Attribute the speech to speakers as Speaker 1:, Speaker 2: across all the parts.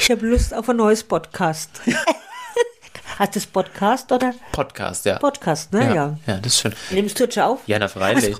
Speaker 1: Ich habe Lust auf ein neues Podcast. Hast du das Podcast oder?
Speaker 2: Podcast, ja.
Speaker 1: Podcast, ne? Ja.
Speaker 2: ja. ja, das ist schön.
Speaker 1: Nimmst du jetzt schon auf?
Speaker 2: Ja, na freilich.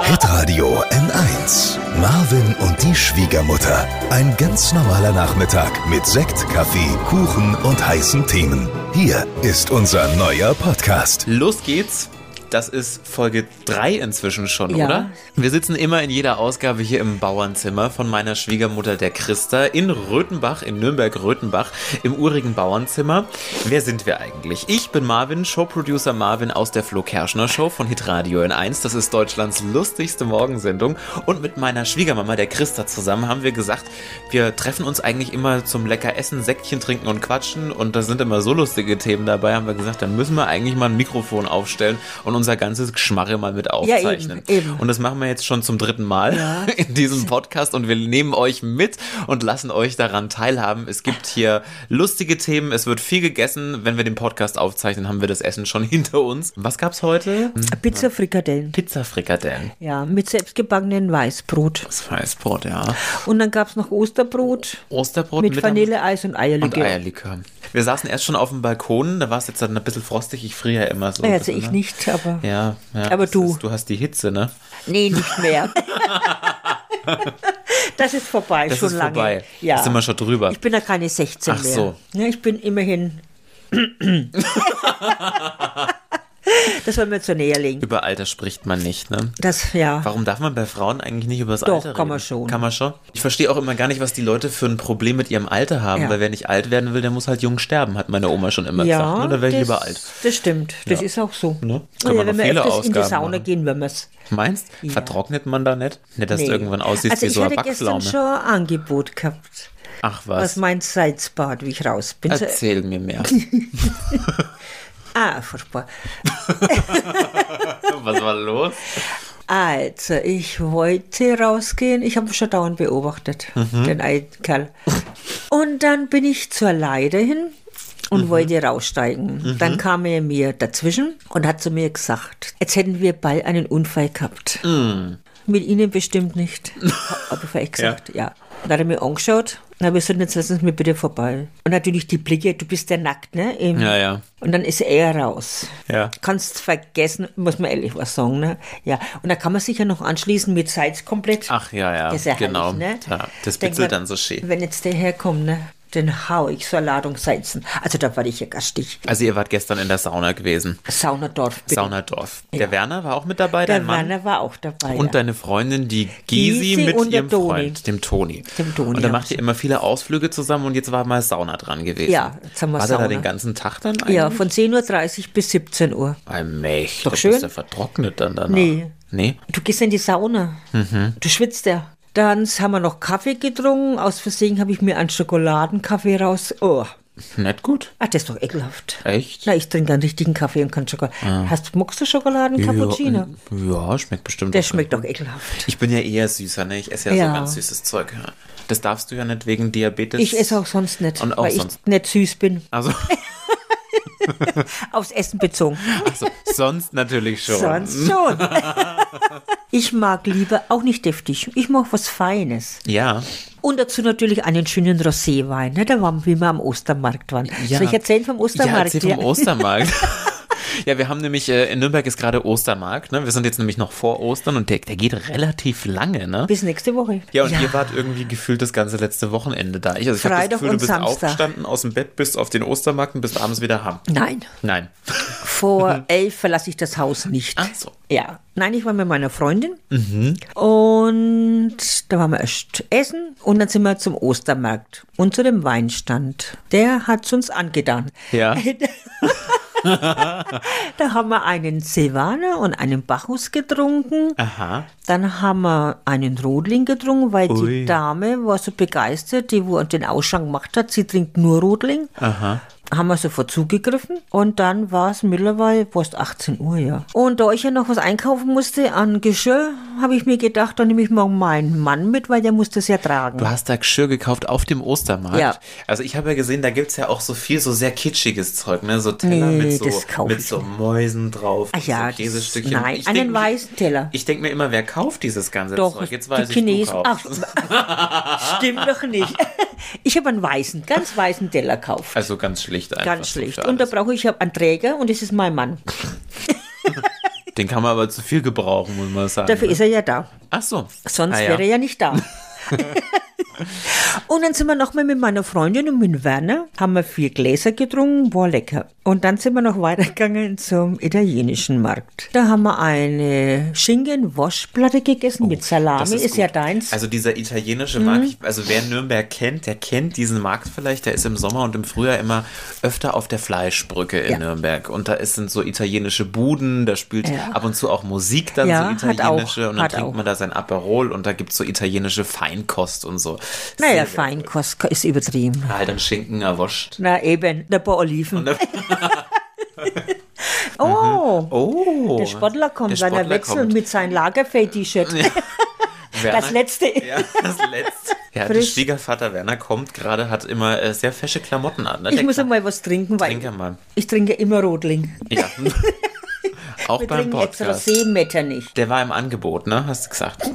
Speaker 3: Hitradio N1. Marvin und die Schwiegermutter. Ein ganz normaler Nachmittag mit Sekt, Kaffee, Kuchen und heißen Themen. Hier ist unser neuer Podcast.
Speaker 2: Los geht's. Das ist Folge 3 inzwischen schon,
Speaker 1: Ja.
Speaker 2: oder? Wir sitzen immer in jeder Ausgabe hier im Bauernzimmer von meiner Schwiegermutter, der Christa, in Röthenbach, in Nürnberg-Röthenbach, im urigen Bauernzimmer. Wer sind wir eigentlich? Ich bin Marvin, Showproducer Marvin aus der Flo Kerschner Show von Hitradio N1. Das ist Deutschlands lustigste Morgensendung. Und mit meiner Schwiegermama, der Christa, zusammen haben wir gesagt, wir treffen uns eigentlich immer zum lecker Essen, Säckchen trinken und quatschen. Und da sind immer so lustige Themen dabei, haben wir gesagt, dann müssen wir eigentlich mal ein Mikrofon aufstellen und unser ganzes Geschmarre mal mit aufzeichnen.
Speaker 1: eben.
Speaker 2: Und das machen wir jetzt schon zum dritten Mal in diesem Podcast und wir nehmen euch mit und lassen euch daran teilhaben. Es gibt hier lustige Themen, es wird viel gegessen. Wenn wir den Podcast aufzeichnen, haben wir das Essen schon hinter uns. Was gab's heute?
Speaker 1: Pizza Frikadellen.
Speaker 2: Pizza Frikadellen.
Speaker 1: Ja, mit selbstgebackenem Weißbrot.
Speaker 2: Das Weißbrot, ja.
Speaker 1: Und dann gab es noch Osterbrot
Speaker 2: Osterbrot
Speaker 1: mit
Speaker 2: am-
Speaker 1: Vanilleeis und
Speaker 2: und
Speaker 1: Eierlikör.
Speaker 2: Eierlikör. Wir saßen erst schon auf dem Balkon, da war es jetzt dann ein bisschen frostig. Ich friere ja immer so. ein
Speaker 1: Also
Speaker 2: bisschen,
Speaker 1: ich
Speaker 2: ne?
Speaker 1: nicht, aber
Speaker 2: Ja, ja.
Speaker 1: Aber
Speaker 2: das
Speaker 1: du.
Speaker 2: Ist, du hast die Hitze, ne?
Speaker 1: nee, nicht mehr. das ist vorbei,
Speaker 2: Das
Speaker 1: schon
Speaker 2: ist
Speaker 1: lange.
Speaker 2: vorbei.
Speaker 1: Ja.
Speaker 2: Da sind wir schon drüber.
Speaker 1: Ich bin ja keine 16
Speaker 2: Ach
Speaker 1: mehr.
Speaker 2: so.
Speaker 1: Ja, ich bin immerhin. das wollen wir zur Nähe legen.
Speaker 2: Über Alter spricht man nicht, ne?
Speaker 1: Das, ja.
Speaker 2: Warum darf man bei Frauen eigentlich nicht über das
Speaker 1: Doch,
Speaker 2: Alter reden?
Speaker 1: kann man schon.
Speaker 2: Kann man schon. Ich verstehe auch immer gar nicht, was die Leute für ein Problem mit ihrem Alter haben,
Speaker 1: Ja.
Speaker 2: weil wer nicht alt werden will, der muss halt jung sterben, hat meine Oma schon immer gesagt.
Speaker 1: Ja,
Speaker 2: Ne? Da wäre ich
Speaker 1: das,
Speaker 2: lieber alt.
Speaker 1: das stimmt. Das ist auch so.
Speaker 2: Ne? Kann
Speaker 1: Oder wenn
Speaker 2: man noch
Speaker 1: wir
Speaker 2: viele
Speaker 1: öfters in die
Speaker 2: Ausgaben
Speaker 1: Sauna
Speaker 2: machen.
Speaker 1: gehen, wenn wir es.
Speaker 2: Meinst? Vertrocknet man da nicht? Nicht, dass du irgendwann aussiehst
Speaker 1: also
Speaker 2: wie
Speaker 1: ich
Speaker 2: so eine
Speaker 1: hatte gestern schon
Speaker 2: Backpflaume.
Speaker 1: ein Angebot gehabt.
Speaker 2: Ach
Speaker 1: Was äh,
Speaker 2: was.
Speaker 1: mein Salzbad, wie ich raus bin. So,
Speaker 2: Erzähl mir mehr.
Speaker 1: ah, furchtbar.
Speaker 2: was war los?
Speaker 1: Also, ich wollte rausgehen. Ich habe ihn schon dauernd beobachtet,
Speaker 2: Mhm.
Speaker 1: den alten Kerl. Und dann bin ich zur Leiter hin
Speaker 2: Mhm.
Speaker 1: und wollte raussteigen. Dann kam er mir dazwischen und hat zu mir gesagt, jetzt hätten wir bald einen Unfall gehabt.
Speaker 2: Mhm.
Speaker 1: Mit Ihnen bestimmt nicht. Habe ich vielleicht gesagt, ja. Dann hat er mir angeschaut und habe gesagt, jetzt lassen Sie mich bitte vorbei. Und natürlich die Blicke, du bist ja nackt, ne? Im-
Speaker 2: Ja, ja.
Speaker 1: Und dann ist er raus.
Speaker 2: Ja.
Speaker 1: Kannst vergessen, muss man ehrlich was sagen. Ne? Ja. Und da kann man sich ja noch anschließen mit Salz komplett.
Speaker 2: Ach ja, ja.
Speaker 1: Das ist ja
Speaker 2: Ah, genau.
Speaker 1: herrlich, ne?
Speaker 2: ja, das
Speaker 1: Denk
Speaker 2: bitzelt
Speaker 1: mal,
Speaker 2: dann so schön.
Speaker 1: Wenn jetzt der herkommt, ne? dann hau ich so eine Ladung Salzen. Also da war ich ja gastig.
Speaker 2: Also ihr wart gestern in der Sauna gewesen.
Speaker 1: Saunadorf. bitte.
Speaker 2: Saunadorf. Der Werner war auch mit dabei,
Speaker 1: Der
Speaker 2: dein Mann?
Speaker 1: Werner war auch dabei.
Speaker 2: Und
Speaker 1: ja.
Speaker 2: deine Freundin, die Gisi,
Speaker 1: Gysi
Speaker 2: mit
Speaker 1: und der
Speaker 2: ihrem
Speaker 1: Toni.
Speaker 2: Freund, dem Toni.
Speaker 1: Dem Toni,
Speaker 2: und dann
Speaker 1: ja.
Speaker 2: macht ihr immer viele Ausflüge zusammen und jetzt war mal Sauna dran gewesen.
Speaker 1: Ja, jetzt haben wir
Speaker 2: War da
Speaker 1: Sauna.
Speaker 2: den ganzen Tag dann eigentlich?
Speaker 1: ja, von 10.30 Uhr bis 17 Uhr.
Speaker 2: Allmächtig,
Speaker 1: Doch
Speaker 2: da
Speaker 1: schön.
Speaker 2: bist du vertrocknet dann danach.
Speaker 1: Nee.
Speaker 2: Nee?
Speaker 1: Du gehst in die Sauna.
Speaker 2: Mhm.
Speaker 1: Du schwitzt ja. Dann haben wir noch Kaffee getrunken. Aus Versehen habe ich mir einen Schokoladenkaffee raus. Oh,
Speaker 2: Nicht gut.
Speaker 1: ach, das ist doch ekelhaft.
Speaker 2: Echt?
Speaker 1: Na, ich trinke einen richtigen Kaffee und keinen Schokolade. Hast, magst du Schokoladen Cappuccino?
Speaker 2: Ah. Ja, äh, ja, schmeckt bestimmt.
Speaker 1: Der
Speaker 2: auch
Speaker 1: schmeckt doch ekelhaft.
Speaker 2: gut. Ich bin ja eher süßer, ne? Ich esse ja, so
Speaker 1: Ja.
Speaker 2: ganz süßes Zeug. Ja. Das darfst du ja nicht wegen Diabetes.
Speaker 1: Ich esse auch sonst nicht,
Speaker 2: Und auch
Speaker 1: weil
Speaker 2: sonst.
Speaker 1: ich nicht süß bin.
Speaker 2: Also,
Speaker 1: Aufs Essen bezogen.
Speaker 2: also sonst natürlich schon.
Speaker 1: Sonst schon. ich mag lieber auch nicht deftig. Ich mag was Feines.
Speaker 2: Ja.
Speaker 1: Und dazu natürlich einen schönen Roséwein, ne? Da waren, wie wir am Ostermarkt waren.
Speaker 2: Ja.
Speaker 1: Soll ich erzählen vom Ostermarkt?
Speaker 2: Ja, erzähl vom Ostermarkt. Ja, wir haben nämlich, äh, in Nürnberg ist gerade Ostermarkt, ne? Wir sind jetzt nämlich noch vor Ostern und der, der geht relativ lange, ne?
Speaker 1: Bis nächste Woche.
Speaker 2: Ja, und ihr wart irgendwie gefühlt das ganze letzte Wochenende da. Ich, also ich habe
Speaker 1: Freitag
Speaker 2: das Gefühl, du
Speaker 1: und
Speaker 2: bist
Speaker 1: Samstag.
Speaker 2: aufgestanden, aus dem Bett, bist auf den Ostermarkt und bist abends wieder ham.
Speaker 1: Nein,
Speaker 2: Nein.
Speaker 1: vor elf verlasse ich das Haus nicht.
Speaker 2: Ach so.
Speaker 1: Ja. Nein, ich war mit meiner Freundin und da waren wir erst essen und dann sind wir zum Ostermarkt und zu dem Weinstand. Der hat uns angetan.
Speaker 2: Ja.
Speaker 1: Da haben wir einen Silvaner und einen Bacchus getrunken.
Speaker 2: Aha.
Speaker 1: Dann haben wir einen Rodling getrunken, weil
Speaker 2: Ui.
Speaker 1: die Dame war so begeistert, die wo den Ausschank gemacht hat, sie trinkt nur Rodling. Haben wir sofort zugegriffen und dann war es mittlerweile fast 18 Uhr, ja. Und da ich ja noch was einkaufen musste an Geschirr, habe ich mir gedacht, dann nehme ich mal meinen Mann mit, weil der muss das ja tragen.
Speaker 2: Du hast da Geschirr gekauft auf dem Ostermarkt.
Speaker 1: Ja.
Speaker 2: Also ich habe ja gesehen, da gibt es ja auch so viel so sehr kitschiges Zeug, ne? So Teller
Speaker 1: Nee,
Speaker 2: mit so,
Speaker 1: das kauf
Speaker 2: mit
Speaker 1: ich
Speaker 2: so Mäusen drauf,
Speaker 1: Ach ja,
Speaker 2: so
Speaker 1: das-
Speaker 2: Käsestückchen.
Speaker 1: nein,
Speaker 2: ich
Speaker 1: einen
Speaker 2: denk mir-
Speaker 1: weißen Teller.
Speaker 2: Ich denke mir immer, wer kauft dieses ganze
Speaker 1: Doch,
Speaker 2: Zeug? Jetzt
Speaker 1: die
Speaker 2: weiß ich, du
Speaker 1: Chinesen.
Speaker 2: kaufst.
Speaker 1: Ach, stimmt doch nicht. Ich Ich habe einen weißen, ganz weißen Teller gekauft.
Speaker 2: Also ganz schlicht einfach.
Speaker 1: Ganz
Speaker 2: so
Speaker 1: schlicht.
Speaker 2: für
Speaker 1: Und da
Speaker 2: alles.
Speaker 1: brauche ich ich hab einen Träger und das ist mein Mann.
Speaker 2: Den kann man aber zu viel gebrauchen, muss man sagen.
Speaker 1: Dafür ist er ja da.
Speaker 2: Ach so.
Speaker 1: Sonst
Speaker 2: Ah ja.
Speaker 1: wäre er ja nicht da. und dann sind wir nochmal mit meiner Freundin und mit Werner, haben wir vier Gläser getrunken, war lecker. Und dann sind wir noch weitergegangen zum italienischen Markt. Da haben wir eine Schinken-Waschplatte gegessen mit
Speaker 2: Oh, Das
Speaker 1: Salami, ist, ja
Speaker 2: gut.
Speaker 1: deins. Mhm.
Speaker 2: Also dieser italienische Markt, ich- also wer Nürnberg kennt, der kennt diesen Markt vielleicht, der ist im Sommer und im Frühjahr immer öfter auf der Fleischbrücke in
Speaker 1: Ja.
Speaker 2: Nürnberg. Und da ist, sind so italienische Buden, da spielt
Speaker 1: Ja.
Speaker 2: ab und zu auch Musik dann
Speaker 1: Ja,
Speaker 2: so
Speaker 1: hat auch,
Speaker 2: italienische und dann
Speaker 1: hat
Speaker 2: trinkt
Speaker 1: auch.
Speaker 2: man da sein Aperol und da gibt's so italienische Feinkost und so.
Speaker 1: naja,
Speaker 2: Sehr
Speaker 1: Feinkost ist übertrieben.
Speaker 2: Halt dann Schinken erwascht.
Speaker 1: Na eben, ein paar Oliven. oh,
Speaker 2: Oh.
Speaker 1: der Sportler kommt,
Speaker 2: der
Speaker 1: Werner
Speaker 2: Sportler
Speaker 1: Wetzel
Speaker 2: kommt.
Speaker 1: mit seinem Lagerfeld-T-Shirt. Das
Speaker 2: Werner-
Speaker 1: letzte.
Speaker 2: Ja, das letzte. Ja, der
Speaker 1: Frisch.
Speaker 2: Schwiegervater Werner kommt gerade, hat immer äh, sehr fesche Klamotten an. Ne?
Speaker 1: Ich
Speaker 2: Der
Speaker 1: muss
Speaker 2: kann-
Speaker 1: einmal was trinken, weil
Speaker 2: Trinke mal.
Speaker 1: ich trinke immer Rotling.
Speaker 2: Ja. Auch
Speaker 1: Wir
Speaker 2: beim
Speaker 1: trinken jetzt
Speaker 2: Podcast.
Speaker 1: Rosé-Metter nicht.
Speaker 2: Der war im Angebot, ne? Hast du gesagt.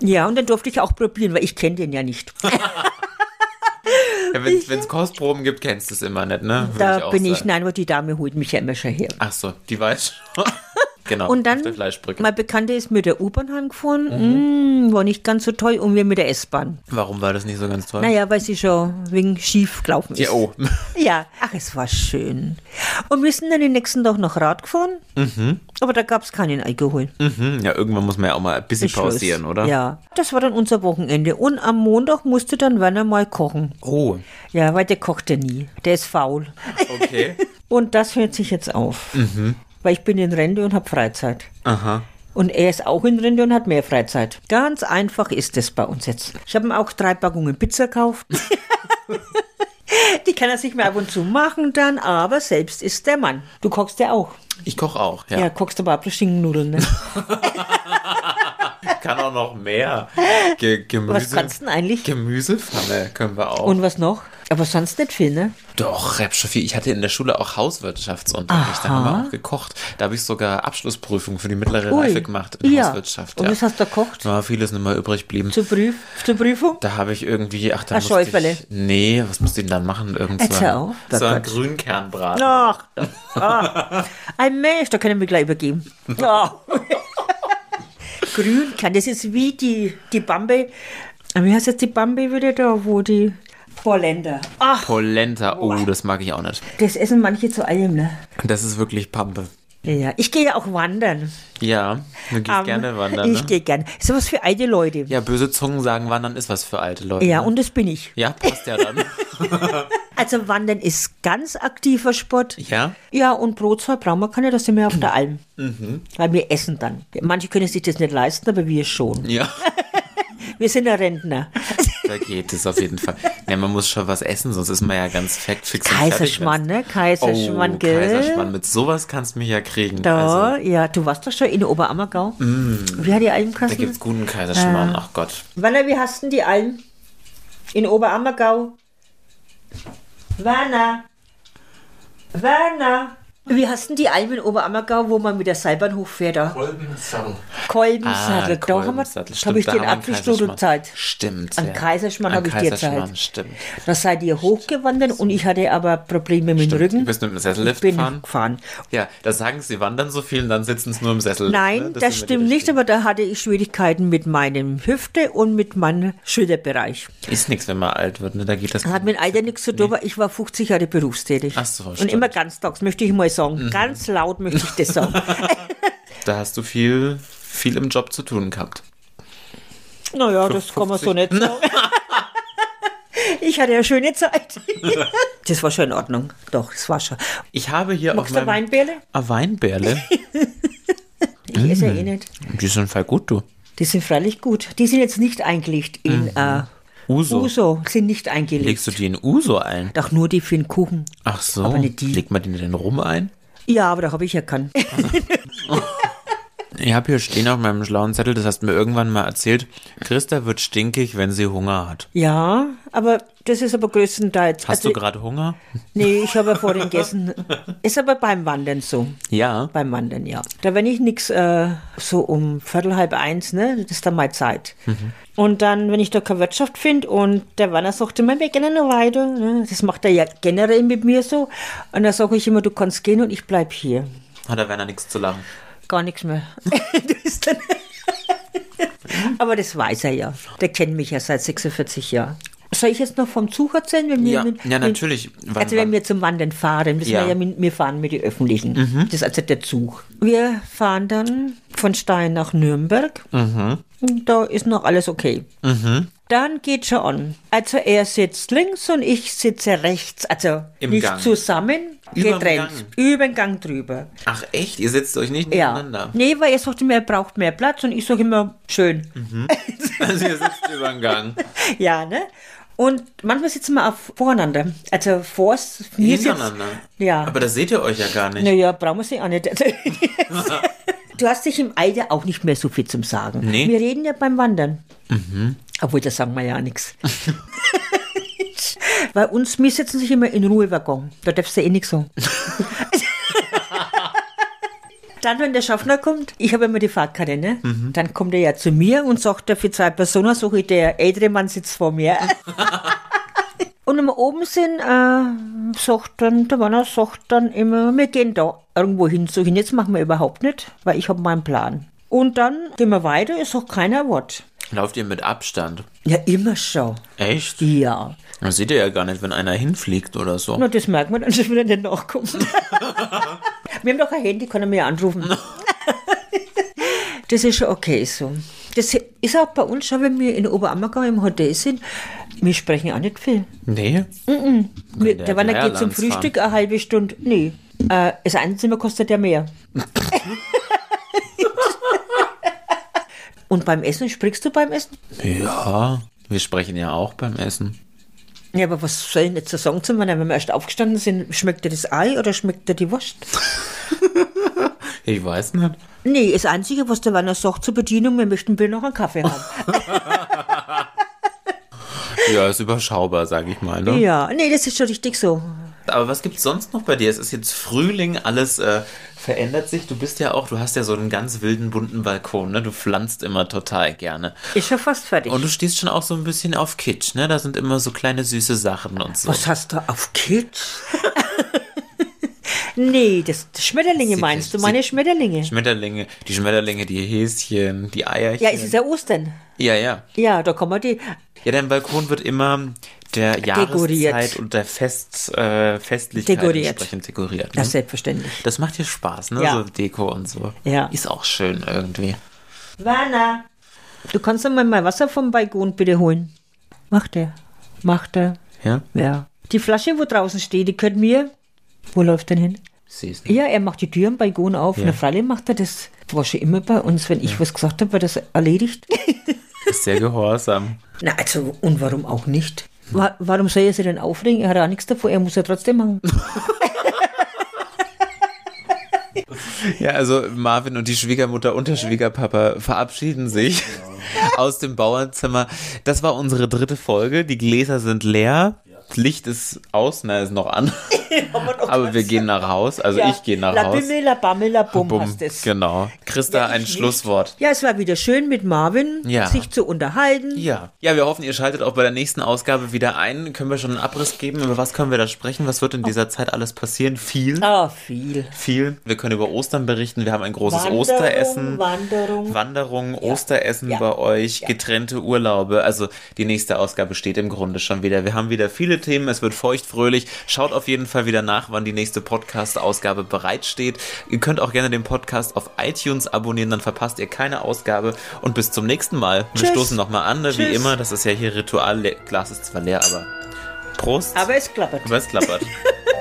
Speaker 1: Ja, und dann durfte ich auch probieren, weil ich kenne den ja nicht.
Speaker 2: Ja, Wenn es Kostproben gibt, kennst du es immer nicht, ne? Würde
Speaker 1: Da
Speaker 2: auch
Speaker 1: bin ich,
Speaker 2: sagen.
Speaker 1: nein, aber die Dame holt mich ja immer schon her.
Speaker 2: Ach so, die weiß schon. genau.
Speaker 1: Und dann,
Speaker 2: auf der Fleischbrücke. Mhm.
Speaker 1: mein Bekannter ist mit der U-Bahn heimgefahren, mm, war nicht ganz so toll, und wir mit der S-Bahn.
Speaker 2: Warum war das nicht so ganz toll?
Speaker 1: Naja, weil sie schon wegen schief gelaufen ist.
Speaker 2: Ja, oh.
Speaker 1: Ja, ach, es war schön. Und wir sind dann den nächsten Tag nach Rad gefahren, aber da gab es keinen Alkohol.
Speaker 2: Mhm, ja, irgendwann muss man ja auch mal ein bisschen
Speaker 1: Ich
Speaker 2: pausieren,
Speaker 1: weiß.
Speaker 2: oder?
Speaker 1: Ja, das war dann unser Wochenende. Und am Montag musste dann Werner mal kochen.
Speaker 2: Oh,
Speaker 1: Ja, weil der kocht ja nie. Der ist faul.
Speaker 2: okay.
Speaker 1: Und das hört sich jetzt auf. Weil ich bin in Rente und habe Freizeit.
Speaker 2: Aha.
Speaker 1: Und er ist auch in Rente und hat mehr Freizeit. Ganz einfach ist es bei uns jetzt. Ich habe ihm auch drei Packungen Pizza gekauft. Die kann er sich mal ab und zu machen dann, aber selbst ist der Mann. Du kochst ja auch.
Speaker 2: Ich koche auch,
Speaker 1: Ja,
Speaker 2: ja.
Speaker 1: kochst aber auch Schinkennudeln, ne?
Speaker 2: Kann auch noch mehr. Ge Gemüse.
Speaker 1: Was kannst du denn eigentlich?
Speaker 2: Gemüsepfanne können wir auch.
Speaker 1: Und was noch? Aber sonst nicht viel, ne?
Speaker 2: Doch, Rebschaffi, ich hatte in der Schule auch Hauswirtschaftsunterricht. Da haben wir auch gekocht. Da habe ich sogar Abschlussprüfung für die mittlere
Speaker 1: Ui.
Speaker 2: Reife gemacht in
Speaker 1: Ja.
Speaker 2: Hauswirtschaft.
Speaker 1: Und was hast du gekocht?
Speaker 2: Da war vieles nicht mehr übrig geblieben.
Speaker 1: Zur, Prüf zur Prüfung?
Speaker 2: Da habe ich irgendwie, ach, da
Speaker 1: Ein
Speaker 2: musste
Speaker 1: Schäufele.
Speaker 2: ich, Nee, was musste ich denn dann machen? Irgend so
Speaker 1: Jetzt hör
Speaker 2: ein,
Speaker 1: auf, oh
Speaker 2: so ein
Speaker 1: Gott.
Speaker 2: Grünkernbraten.
Speaker 1: Ach, doch. Ah. ein Mensch, da können wir gleich übergeben.
Speaker 2: Ah.
Speaker 1: Ja. Grün kann, das ist wie die, die Bambi. Ah, Wie heißt jetzt die Bambi wieder da, wo die Vorländer. Ach,
Speaker 2: Polenta, oh, das mag ich auch nicht.
Speaker 1: das essen manche zu allem, ne?
Speaker 2: Das ist wirklich Pampe.
Speaker 1: Ja, ich gehe ja auch wandern.
Speaker 2: Ja, du gehst
Speaker 1: Am-
Speaker 2: gerne wandern,
Speaker 1: Ich
Speaker 2: ne?
Speaker 1: gehe gerne. Ist sowas für alte Leute. Ja,
Speaker 2: Ja, böse Zungen sagen, wandern ist was für alte Leute. ne?
Speaker 1: und das bin ich.
Speaker 2: Ja, passt ja dann.
Speaker 1: Also Wandern ist ganz aktiver Sport.
Speaker 2: ja?
Speaker 1: Ja, und Brotzeug brauchen wir keine, das sind wir auf der Alm.
Speaker 2: Mhm.
Speaker 1: Weil wir essen dann. Manche können sich das nicht leisten, aber wir schon.
Speaker 2: Ja.
Speaker 1: Wir sind ja Rentner.
Speaker 2: Da geht es auf jeden Fall. Ja, man muss schon was essen, sonst ist man ja ganz fact fix und
Speaker 1: Kaiserschmann, ne?
Speaker 2: fertig.
Speaker 1: Kaiserschmann,
Speaker 2: oh,
Speaker 1: gell?
Speaker 2: Kaiserschmann, mit sowas kannst du mich ja kriegen.
Speaker 1: Da,
Speaker 2: Also, Mhm.
Speaker 1: ja, du warst doch schon in Oberammergau. Wie hat die Alm
Speaker 2: da
Speaker 1: geheißen?
Speaker 2: gibt's guten Kaiserschmarrn, ach Gott.
Speaker 1: Werner, wie hast denn die Alm? In Oberammergau. Werner. Werner. Wie hast denn die Alm in Oberammergau, wo man mit der Seilbahn hochfährt? Da?
Speaker 2: Kolbensattel.
Speaker 1: Kolbensattel. da haben wir-
Speaker 2: Kolbensattel.
Speaker 1: hab
Speaker 2: Ah, Stimmt,
Speaker 1: ich
Speaker 2: da
Speaker 1: dir in
Speaker 2: haben wir einen
Speaker 1: Apfelstunde
Speaker 2: Kaiserschmarrn.
Speaker 1: Zeit.
Speaker 2: Stimmt.
Speaker 1: An
Speaker 2: ja.
Speaker 1: Kaiserschmarrn
Speaker 2: An
Speaker 1: habe ich dir Zeit.
Speaker 2: Kaiserschmarrn, Stimmt.
Speaker 1: Da seid ihr hochgewandert und ich hatte aber Probleme mit dem
Speaker 2: Stimmt.
Speaker 1: Rücken.
Speaker 2: Du bist mit dem Sessellift
Speaker 1: ich bin
Speaker 2: gefahren?
Speaker 1: gefahren.
Speaker 2: Ja, da sagen sie, wandern so viel und dann sitzen sie nur im Sessel.
Speaker 1: Nein,
Speaker 2: ne?
Speaker 1: das,
Speaker 2: sind wir
Speaker 1: stimmt
Speaker 2: die
Speaker 1: nicht, aber da hatte ich Schwierigkeiten mit meinem Hüfte und mit meinem Schulterbereich.
Speaker 2: richtigen. Ist nichts, wenn man alt wird, ne? Da geht das.
Speaker 1: Hat mit Alter nichts zu tun, weil ich war 50 Jahre berufstätig.
Speaker 2: Ach so,
Speaker 1: Und
Speaker 2: stimmt. Mhm.
Speaker 1: immer ganztags, möchte ich mal sagen. Ganz laut möchte ich das sagen.
Speaker 2: Da hast du viel, viel im Job zu tun gehabt.
Speaker 1: naja, das kann man so nicht sagen. Ich hatte ja schöne Zeit. Das war schon in Ordnung. Doch, das war schon.
Speaker 2: Ich habe hier
Speaker 1: Magst
Speaker 2: auf
Speaker 1: du
Speaker 2: meinem
Speaker 1: Weinbärle?
Speaker 2: Ah, Weinbärle.
Speaker 1: Ich esse ja eh nicht.
Speaker 2: Die sind voll gut, du.
Speaker 1: Die sind freilich gut. Die sind jetzt nicht eingelegt in
Speaker 2: Mhm.
Speaker 1: äh,
Speaker 2: Uso.
Speaker 1: Uso, sind nicht eingelegt.
Speaker 2: Legst du die in Uso ein?
Speaker 1: Doch nur die für den Kuchen.
Speaker 2: Ach so.
Speaker 1: Aber nicht die.
Speaker 2: Legt man den denn rum ein?
Speaker 1: Ja, aber da habe ich ja keinen.
Speaker 2: Ich habe hier stehen auf meinem schlauen Zettel, das hast du mir irgendwann mal erzählt, Christa wird stinkig, wenn sie Hunger hat.
Speaker 1: Ja, aber das ist aber größtenteils. also
Speaker 2: Hast du gerade Hunger?
Speaker 1: Nee, ich habe ja vorhin gegessen. Ist aber beim Wandern so.
Speaker 2: Ja.
Speaker 1: Beim Wandern, ja. Da wenn ich nichts, äh, so um Viertel halb eins, ne, das ist dann meine Zeit.
Speaker 2: Mhm.
Speaker 1: Und dann, wenn ich da keine Wirtschaft finde und der Wanner sagt immer, wir gehen noch weiter. Ne? Das macht er ja generell mit mir so. Und dann sage ich immer, du kannst gehen und ich bleib hier.
Speaker 2: Hat der Werner nichts zu lachen.
Speaker 1: Gar nichts mehr. Das ist dann aber das weiß er ja. Der kennt mich ja seit 46 Jahren. Soll ich jetzt noch vom Zug erzählen? Wenn wir
Speaker 2: Ja,
Speaker 1: mit-
Speaker 2: ja,
Speaker 1: mit-
Speaker 2: natürlich. Wann-
Speaker 1: also wenn
Speaker 2: wann?
Speaker 1: wir zum Wandern fahren, müssen
Speaker 2: Ja. Mhm.
Speaker 1: wir ja mit, wir fahren mit den Öffentlichen. Das ist also der Zug. Wir fahren dann von Stein nach Nürnberg.
Speaker 2: Mhm.
Speaker 1: Und da ist noch alles okay. Dann geht schon an. Also er sitzt links und ich sitze rechts. Also
Speaker 2: Im
Speaker 1: nicht
Speaker 2: Gang.
Speaker 1: zusammen,
Speaker 2: Überm
Speaker 1: getrennt.
Speaker 2: Gang.
Speaker 1: Über den Gang drüber.
Speaker 2: Ach echt? Ihr sitzt euch nicht
Speaker 1: Ja.
Speaker 2: nebeneinander?
Speaker 1: Nee, weil er sagt immer, er braucht mehr Platz und ich sage immer, schön.
Speaker 2: Also ihr sitzt über den Gang.
Speaker 1: Ja, ne? Und manchmal sitzen wir auch voreinander. Also vor mir sitzt-
Speaker 2: Hintereinander.
Speaker 1: Ja.
Speaker 2: Aber das seht ihr euch ja gar nicht.
Speaker 1: Naja, brauchen wir sie auch nicht. Also, du hast dich im Alter auch nicht mehr so viel zum Sagen.
Speaker 2: Nee. Mhm.
Speaker 1: Wir reden ja beim Wandern. Obwohl, da sagen wir ja nichts. Bei uns, wir sitzen sich immer in Ruhewaggon. Da darfst du eh nichts sagen. Dann, wenn der Schaffner kommt, ich habe immer die Fahrkarte, ne?
Speaker 2: Mhm.
Speaker 1: Dann kommt er ja zu mir und sagt, für zwei Personen suche ich der ältere Mann sitzt vor mir. Und wenn wir oben sind, äh, sagt dann, der Mann sagt dann immer, wir gehen da irgendwo hin, so hin. Jetzt machen wir überhaupt nicht, weil ich habe meinen Plan. Und dann gehen wir weiter, es sagt keiner ein Wort.
Speaker 2: Lauft ihr mit Abstand?
Speaker 1: Ja, immer schon.
Speaker 2: Echt?
Speaker 1: Ja.
Speaker 2: Das seht ihr ja gar nicht, wenn einer hinfliegt oder so.
Speaker 1: Na, das merkt man dann, dass wir dann nicht nachkommen. wir haben doch ein Handy, kann er mir anrufen. das ist schon okay so. Das ist auch bei uns schon, wenn wir in Oberammergau im Hotel sind, wir sprechen auch nicht viel.
Speaker 2: Nee.
Speaker 1: Wir,
Speaker 2: der
Speaker 1: der Wanner geht
Speaker 2: Lehrlands
Speaker 1: zum
Speaker 2: fahren.
Speaker 1: Frühstück eine halbe Stunde. Nee, äh, das Einzelzimmer kostet ja mehr. Und beim Essen, sprichst du beim Essen?
Speaker 2: Ja. Wir sprechen ja auch beim Essen.
Speaker 1: Ja, aber was soll ich denn jetzt so sagen zum Wanner, wenn wir erst aufgestanden sind? Schmeckt dir das Ei oder schmeckt dir die Wurst?
Speaker 2: Ich weiß nicht.
Speaker 1: Nee, das Einzige, was der Wanner sagt zur Bedienung, wir möchten bitte noch einen Kaffee haben.
Speaker 2: Ja, ist überschaubar, sag ich mal. Ne?
Speaker 1: ja, nee, das ist schon richtig so.
Speaker 2: Aber was gibt's sonst noch bei dir? Es ist jetzt Frühling, alles äh, verändert sich. Du bist ja auch, du hast ja so einen ganz wilden, bunten Balkon, ne? Du pflanzt immer total gerne.
Speaker 1: Ist schon fast fertig.
Speaker 2: Und du stehst schon auch so ein bisschen auf Kitsch, ne? Da sind immer so kleine süße Sachen und so.
Speaker 1: was hast du auf Kitsch? nee, das, das Schmetterlinge
Speaker 2: Sie-
Speaker 1: meinst du,
Speaker 2: sie-
Speaker 1: meine Schmetterlinge.
Speaker 2: Schmetterlinge, die Schmetterlinge, die Häschen, die Eierchen.
Speaker 1: Ja, es ist ja Ostern.
Speaker 2: ja, ja.
Speaker 1: Ja, da kann man die.
Speaker 2: Ja, dein Balkon wird immer der
Speaker 1: Dekoriert.
Speaker 2: Jahreszeit und der Fest, äh, Festlichkeit
Speaker 1: Dekoriert.
Speaker 2: entsprechend dekoriert. Ne?
Speaker 1: Das
Speaker 2: Das,
Speaker 1: selbstverständlich.
Speaker 2: macht dir Spaß, ne?
Speaker 1: Ja.
Speaker 2: So Deko und so.
Speaker 1: Ja.
Speaker 2: Ist auch schön irgendwie.
Speaker 1: Werner! Du kannst einmal mal Wasser vom Balkon bitte holen. Macht er. Macht er.
Speaker 2: Ja?
Speaker 1: Ja. Die Flasche, wo draußen steht, die gehört mir. Wo läuft denn hin?
Speaker 2: Siehst du?
Speaker 1: Ja, er macht die Tür am Balkon auf. Na, freilich macht er das. War schon immer bei uns. Wenn ich was gesagt habe, war das erledigt.
Speaker 2: Ist sehr gehorsam.
Speaker 1: Na, also, und warum auch nicht? Wa warum soll er sich denn aufregen? Er hat auch nichts davor. Er muss ja trotzdem machen.
Speaker 2: Ja, also Marvin und die Schwiegermutter und der Schwiegerpapa verabschieden sich aus dem Bauernzimmer. Das war unsere dritte Folge. Die Gläser sind leer. Das Licht ist aus, na, ist noch an. Aber wir gehen nach Haus. Also ich gehe nach
Speaker 1: la
Speaker 2: Haus.
Speaker 1: Bimme, la Bamme, la Bum,
Speaker 2: Bumm.
Speaker 1: hast es.
Speaker 2: Genau. Christa,
Speaker 1: Ja, ich
Speaker 2: ein
Speaker 1: nicht.
Speaker 2: Schlusswort.
Speaker 1: Ja, es war wieder schön mit Marvin,
Speaker 2: Ja.
Speaker 1: sich zu unterhalten.
Speaker 2: Ja. Ja, wir hoffen, ihr schaltet auch bei der nächsten Ausgabe wieder ein. Können wir schon einen Abriss geben? Über was können wir da sprechen? Was wird in dieser Zeit alles passieren? Viel.
Speaker 1: Ah, viel.
Speaker 2: Viel. Wir können über Ostern berichten. Wir haben ein großes
Speaker 1: Wanderung,
Speaker 2: Osteressen.
Speaker 1: Wanderung.
Speaker 2: Wanderung, Osteressen
Speaker 1: Ja.
Speaker 2: bei euch, getrennte Urlaube. Also die nächste Ausgabe steht im Grunde schon wieder. Wir haben wieder viele Themen. Es wird feuchtfröhlich. Schaut auf jeden Fall wieder nach, wann die nächste Podcast-Ausgabe bereitsteht. Ihr könnt auch gerne den Podcast auf iTunes abonnieren, dann verpasst ihr keine Ausgabe. Und bis zum nächsten Mal. Wir
Speaker 1: Tschüss.
Speaker 2: stoßen nochmal an, ne? wie
Speaker 1: Tschüss.
Speaker 2: immer. Das ist ja hier Ritual. Le- Glas ist zwar leer, aber Prost.
Speaker 1: Aber es klappert.
Speaker 2: Aber es klappert.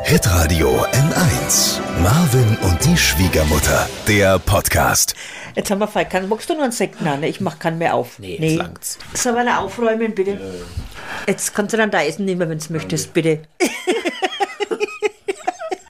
Speaker 3: Hitradio N1. Marvin und die Schwiegermutter. Der Podcast.
Speaker 1: Jetzt haben wir Fall. Kann, magst du noch einen Sekt? Nein, ne? ich mach keinen mehr auf.
Speaker 2: Nee, jetzt langt's.
Speaker 1: Soll man aufräumen, bitte? Jetzt kannst du dann da essen nehmen, wenn du möchtest, bitte.